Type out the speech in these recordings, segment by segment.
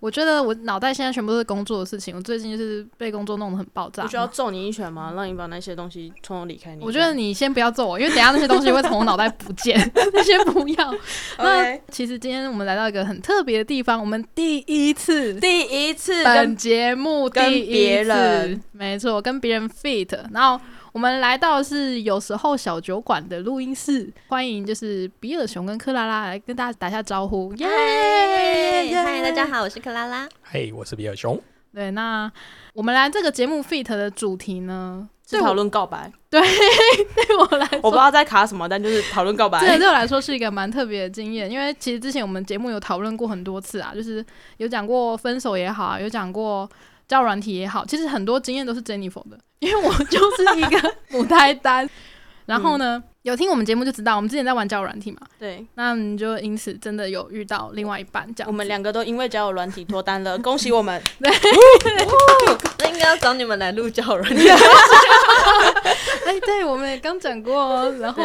我觉得我脑袋现在全部都是工作的事情，我最近就是被工作弄得很爆炸我。就要揍你一拳吗？让你把那些东西从我离开你。啊我觉得你先不要揍我，因为等一下那些东西会从我脑袋不见， 那些不 要。那 OK，其实今天我们来到一个很特别的地方，我们第一次。第一次本跟节目第跟一别次人，没错，跟别人 fit。然后我们来到的是有时候小酒馆的录音室，欢迎就是比尔熊跟克拉拉来跟大家打一下招呼，耶、嗨，耶嗨，大家好，我是克拉拉。嘿，我是比尔熊。对，那我们来这个节目 fit 的主题呢， 是对我讨论告白，对我来我不说，知道在卡什么，但就是讨论告白这。个对我来说是一个蛮特别的经验，因为其实之前我们节目有讨论过很多次啊，就是有讲过分手也好啊，有讲过交友软体也好，其实很多经验都是 Jennifer 的， 因为我就是一个母胎嗯单。然后呢，有听我们节目就知道，我们之前在玩交友软体嘛，对，那你就因此真的有遇到另外一半这样子。我们两个都因为交友软体脱单了，恭喜 我们！那应该要找你们来录教人。哎， 对，我们也刚讲过哦，然后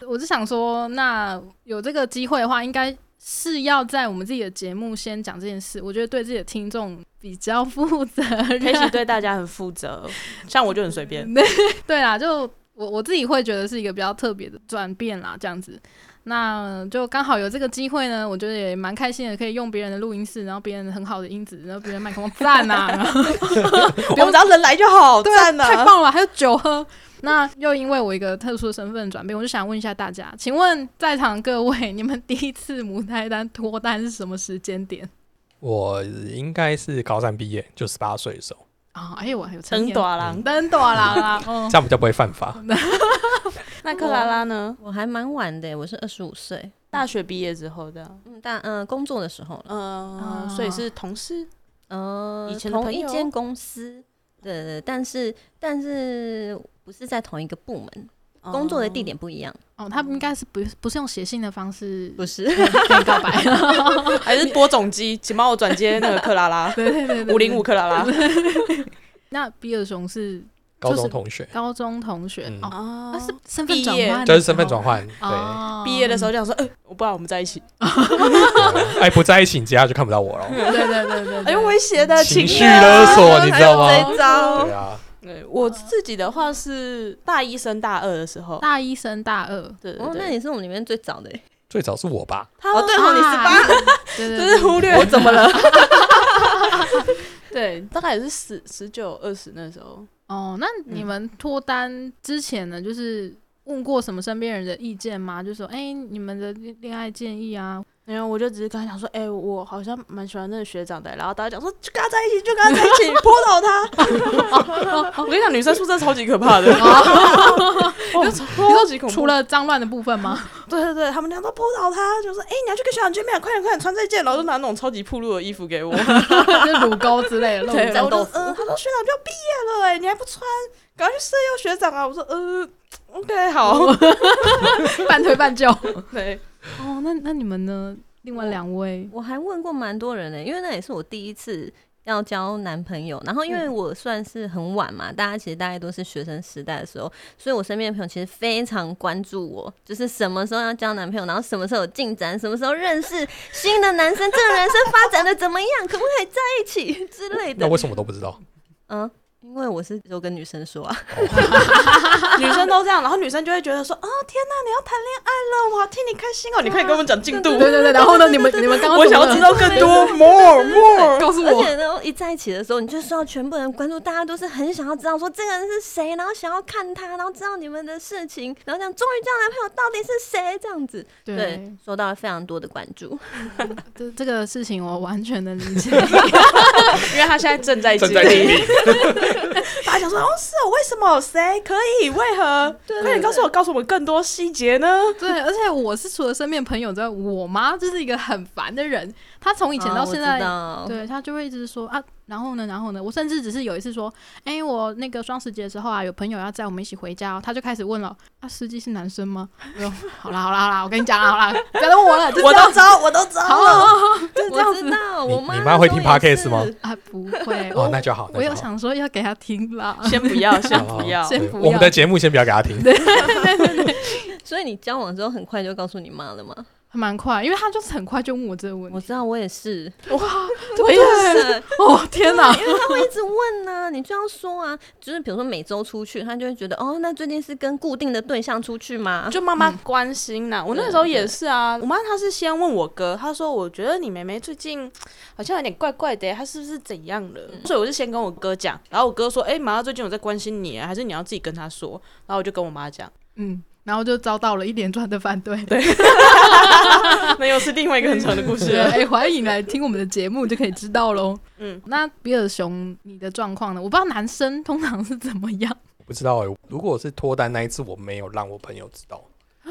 对。我是想说，那有这个机会的话，应该是要在我们自己的节目先讲这件事。我觉得对自己的听众比较负责任。 Casey 对大家很负责，像我就很随便。 对啦，就我我自己会觉得是一个比较特别的转变啦，这样子。那就刚好有这个机会呢，我觉得也蛮开心的，可以用别人的录音室，然后别人很好的音质，然后别人麦克风赞啊，然后我们只要人来就好，对啊 赞太了！棒了，还有酒喝。 那又因为我一个特殊的身份转变，我就想问一下大家，请问在场各位，你们第一次母胎单脱单是什么时间 点我应该是高三毕业，就十八岁的时候，啊、哎呦，我还有成真年短郎。灯短啦 啦，哦这，样比较不会犯法。啊那克拉拉呢？ 我还蛮晚的，我是二十五岁，大学毕业之后的，嗯，但嗯、呃工作的时候了，啊嗯，所以是同事，嗯、以前的同朋友一间公司，对对对，但是但是不是在同一个部门，工作的地点不一样，哦，他们应该是不不是用写信的方式不是，跟你告 白， 还是播种机，请帮我转接那个克 拉拉对对对对，五零五。克拉 拉。那比尔熊是高中同学，高中同学、嗯哦，啊那是身份毕转业换的时候，就是身份转换。对，哦，毕业的时候就想说，哎，我不知道我们在一起，哎，不在一起，你接下来就看不到我了。对，对对对对， 哎，威胁的啊情绪绪勒索，你知道还有这吗？一哦招嗯对啊，对我自己的话是大一升大二的时候，大一升大二，对哦对，那对，你是我们里面最早的耶，最早是我吧？他哦，对哦，你十八， 对对就对，是忽略我怎么了？ 对，大概也是十十九二十那时候。哦，那嗯你们脱单之前呢，就是问过什么身边人的意见吗？就说，哎、你们的恋恋爱建议啊，没有，我就只是跟他讲说，哎、我好像蛮喜欢那个学长的，然后大家讲说，就跟他在一起，就跟他在一起，泼倒他。 我跟你讲，女生宿舍超级可怕的， 哇超级恐怖。啊除了脏乱的部分 吗？ 对对对，他们讲说泼倒他，就说，哎、你要去跟学长见面，快点快点穿这件，然后就拿那种超级暴露的衣服给我。就是乳沟之类的露 对，出然来，后我就战斗嗯、他说学长就要毕业了、哎，你还不穿，赶快去色诱学长啊！我说，呃，OK，好，半推 半就。对，哦，那那你们呢？另外两位，我还问过蛮多人呢、因为那也是我第一次要交男朋友。然后因为嗯我算是很晚嘛，大家其实大概都是学生时代的时候，所以我身边的朋友其实非常关注我，就是什么时候要交男朋友，然后什么时候有进展，什么时候认识新的男生，这个人生发展的怎么样，可不可以在一起 之类那的。为什么都不知道？嗯，因为我是有跟女生说啊，女生都这样，然后女生就会觉得说，啊、天哪，你要谈恋爱了，我好替你开心哦，你可以跟我们讲进度对，对对，然后呢？你们你们刚刚我怎想么要了知道更多，more more。告诉而我，且呢，一在一起的时候，你就受到全部人关注，大家都是很想要知道说这个人是谁，然后想要看他，然后知道你们的事情，然后想终于交男朋友到底是谁这样子。对对，，受到了非常多的关注。这这个事情我完全能 理解。 因为他现在正在正在经，历，大家想说，哦，是哦，为什么？谁可以？为何？快点告诉我，告诉我们更多细节呢？对，而且我是除了身边朋友之外，我妈就是一个很烦的人。她从以前哦到现在，啊我知道对他就会一直说啊，然后呢，然后呢，我甚至只是有一次说，哎、我那个双十节的时候啊，有朋友要载我们一起回家、哦，他就开始问了，啊，司机是男生吗？我说好啦好啦好啦，我跟你讲啦好啦，不要再问我了，就我都招，我都招。好了好了对这样我子知道，你我妈你妈会听那时候也是 podcast 吗？啊，不会，哦，我那就好。那我就有好想说要给他听啦， 先不要，先好不要。先对不我要们的节目先不要给他听。所以你交往之后很快就告诉你妈了吗？还蛮快，因为他就是很快就问我这个问我题，知道，我也是，对不对？的，哦天哪！因为他会一直问呢、你就要说啊，就是比如说每周出去，他就会觉得哦，那最近是跟固定的对象出去吗？就妈妈关心呐、我那对时候也是啊，我妈她是先问我哥，她说我觉得你妹妹最近好像有点怪怪的，她是不是怎样了？所以我就先跟我哥讲，然后我哥说，哎、妈妈最近有在关心你啊，还是你要自己跟她说？然后我就跟我妈讲，嗯，然后就遭到了一连串的反对。对，那又是另外一个很长的故事了。哎，欢迎来听我们的节目就可以知道喽。嗯，那比尔熊，你的状况呢？我不知道男生通常是怎么样。不知道哎、如果是脱单那一次，我没有让我朋友知道，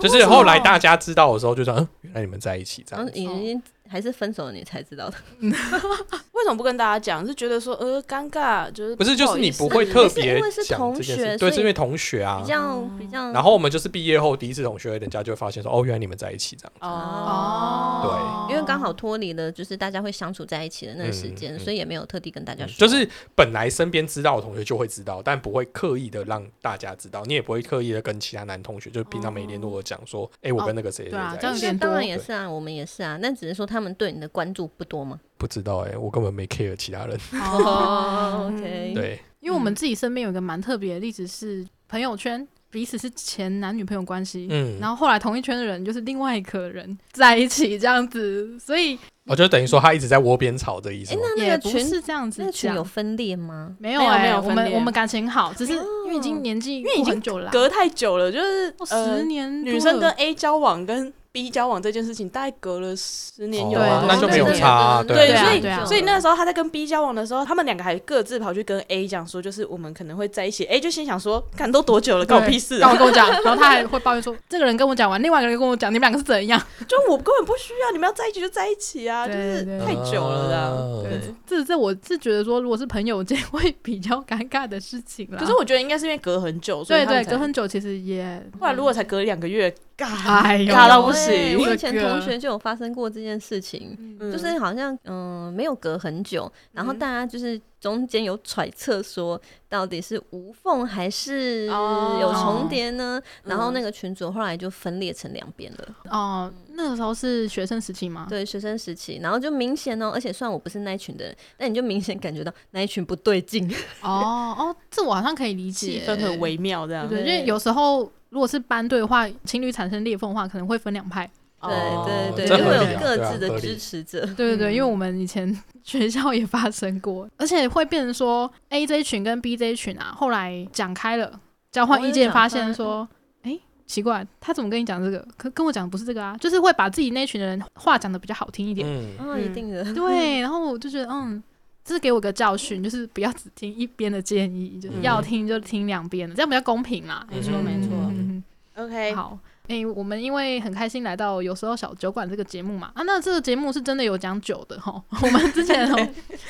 就是后来大家知道的时候，就想、嗯、原来你们在一起这然样后子。已经还是分手了，你才知道的。为什么不跟大家讲？是觉得说呃尴尬，就是不是，就好是意你思不会特别不是因为是讲同这件学事，对，所以是因为同学啊比。较比嗯较，然后我们就是毕业后第一次同学，人家就会发现说，哦，原来你们在一起这样。哦，因为嗯刚好脱离了就是大家会相处在一起的那个时嗯嗯间，嗯所以也没有特地跟大家嗯说。就是本来身边知道的同学就会知道，但不会刻意的让大家知道，你也不会刻意的跟其他男同学，就平常没联络的讲说，哎、我跟那个谁谁对啊谁这在样一有起，点那当多然也是啊，我们也是啊，那只是说他们对你的关注不多嘛。不知道哎、我根本没 care 其他人。哦，OK，对，因为我们自己身边有一个蛮特别的例子是朋友圈彼此是前男女朋友关系，嗯，然后后来同一圈的人就是另外一个人在一起这样子，所以我哦就等于说他一直在窝边草的意嗯思哎，吗。那那也个不群是这样那子个群有讲。分裂吗？没有没有没哎、有我分们裂我们感情好，只是因为已经年纪因为已经很久了啦，隔太久了，就是哦呃十年多女生了跟 A 交往跟 B 交往这件事情，大概隔了十年对有吧哦那就没有对差啊，对对，啊所以、对啊所以那时候他在跟 B 交往的时候，他们两个还各自跑去跟 A 讲说，就是我们可能会在一起。A 就心想说，看都多久了，对关我屁事然啊！后跟我讲，然后他还会抱怨说，这个人跟我讲完，另外一个人跟我讲，你们两个是怎样？就我根本不需要，你们要在一起就在一起啊，就对是对太久了这样。啊对，这这我是觉得说，如果是朋友间会比较尴尬的事情啦。可是我觉得应该是因为隔很久，所对以他们对，才隔很久其实也，不然如果才隔两个月，尬。哎呦，啊尬到不有欸行我这以前个同学就有发生过这件事情，嗯就是好像嗯、没有隔很久，然后嗯大家就是中间有揣测说到底是无缝还是哦有重叠呢？然后嗯那个群组后来就分裂成两边了。哦，那个时候是学生时期吗？对学生时期，然后就明显哦、而且虽然我不是那一群的人，但你就明显感觉到那一群不对劲。 哦哦，这我好像可以理气解，氛很微妙这样。对，因对为有时候如果是班队的话，情侣产生裂缝的话，可能会分两派。哦哦对对这对，合理就会啊有各对啊自合的理支持者。对对对，嗯因为我们以前学校也发生过，而且会变成说 A 这一群跟 B 这一群啊，后来讲开了，交换意我也见，讲发现说，嗯哎、奇怪，他怎么跟你讲这个？可跟我讲的不是这个啊，就是会把自己那群人话讲的比较好听一点。嗯，啊，一嗯定的。对，然后我就觉得，嗯，这是给我一个教训，就是不要只听一边的建议，就是嗯要听就听两边的，这样比较公平啦。没错嗯没错。嗯嗯嗯 OK，好，诶、我们因为很开心来到有时候小酒馆这个节目嘛，啊，那这个节目是真的有讲酒的哈。我们之前哦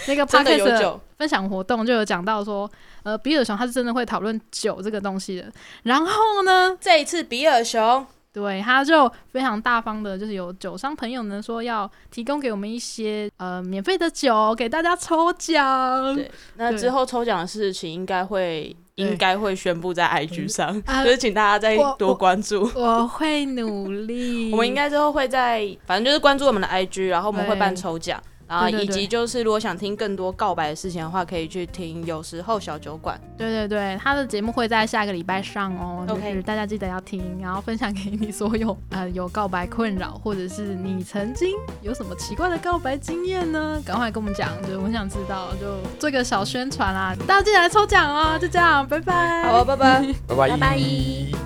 那个 p o 真 d c 的 a 有 s 酒，分享活动就有讲到说，呃，比尔熊他是真的会讨论酒这个东西的。然后呢，这一次比尔熊对，他就非常大方的，就是有酒商朋友呢说要提供给我们一些呃免费的酒给大家抽奖。对那对之后抽奖的事情应该会对应该会宣布在 IG 上，啊就是请大家再我多我关注。我会努力，我们应该之后会在，反正就是关注我们的 IG，然后我们会办对抽奖。啊，对对以对及就是，如果想听更多告白的事情的话，可以去听有时候小酒馆。对对对，他的节目会在下个礼拜上哦 OK 就是大家记得要听，然后分享给你所有呃有告白困扰，或者是你曾经有什么奇怪的告白经验呢？赶快跟我们讲，就是我很想知道，就做个啊小宣传啦，大家记得来抽奖哦，就这样，拜拜，好，拜拜。拜拜拜拜